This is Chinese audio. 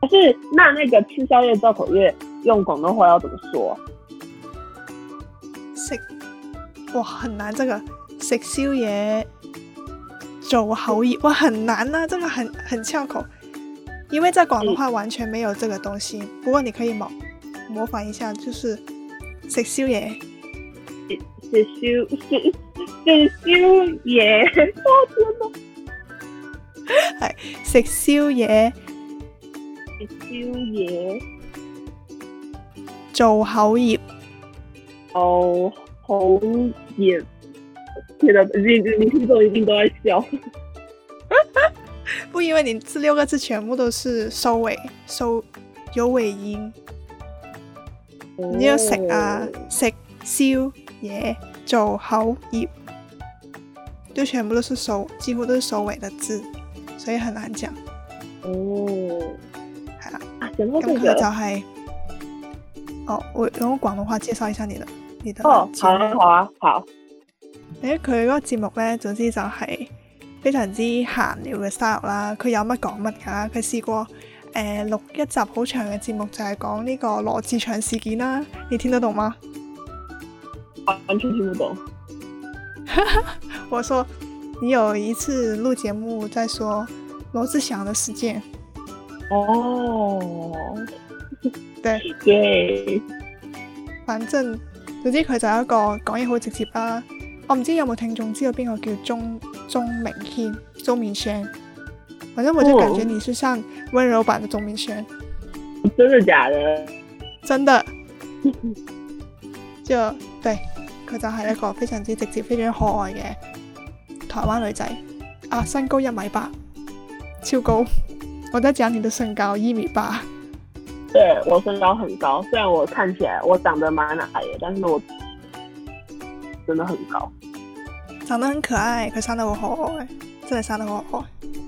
可是那那个吃宵夜之后口月用广东话要怎么说？食哇很难，这个食宵夜走好夜哇很难呐、这个很很翘口，因为在广东话完全没有这个东西。不过你可以模模仿一下，就是食宵夜，是宵是是宵夜，哦我天食宵夜哪！是宵夜做口業，哦，好野。天哪， 你你你听众一定都在笑。不因为你这六个字全部都是收尾收有尾音，哦你要食啊食宵夜做口業，就全部都是收，几乎都是收尾的字，所以很难讲。哦，係啦，啊，讲到咁这佢就个，係、哦，我用廣東話介紹一下你的你的哦，好節目啊，好啊，好，誒佢嗰個節目呢，總之就係非常之閒聊嘅 style 啦。佢有乜講乜㗎啦。佢試過誒、呃、錄一集好長嘅節目，就係講呢個羅志祥事件啦。你聽得懂嗎？完全听不懂。我說你有一次錄節目在說羅志祥的事件，哦， 對。对，反正總之佢就係一個講嘢好直接啦。我唔知有冇聽眾知道邊個叫鍾鍾明軒、鍾明軒，反正我就感覺你是像温柔版的鍾明軒，真的假的？真的。 之後對佢就係一個非常之直接、非常可愛嘅台灣女仔，啊身高一米八，超高。我在講你的身高一米八，对我身高很高，虽然我看起来我长得蛮矮的，但是我真的很高。哎長得很可愛，佢生得好可愛，真係生得好可愛。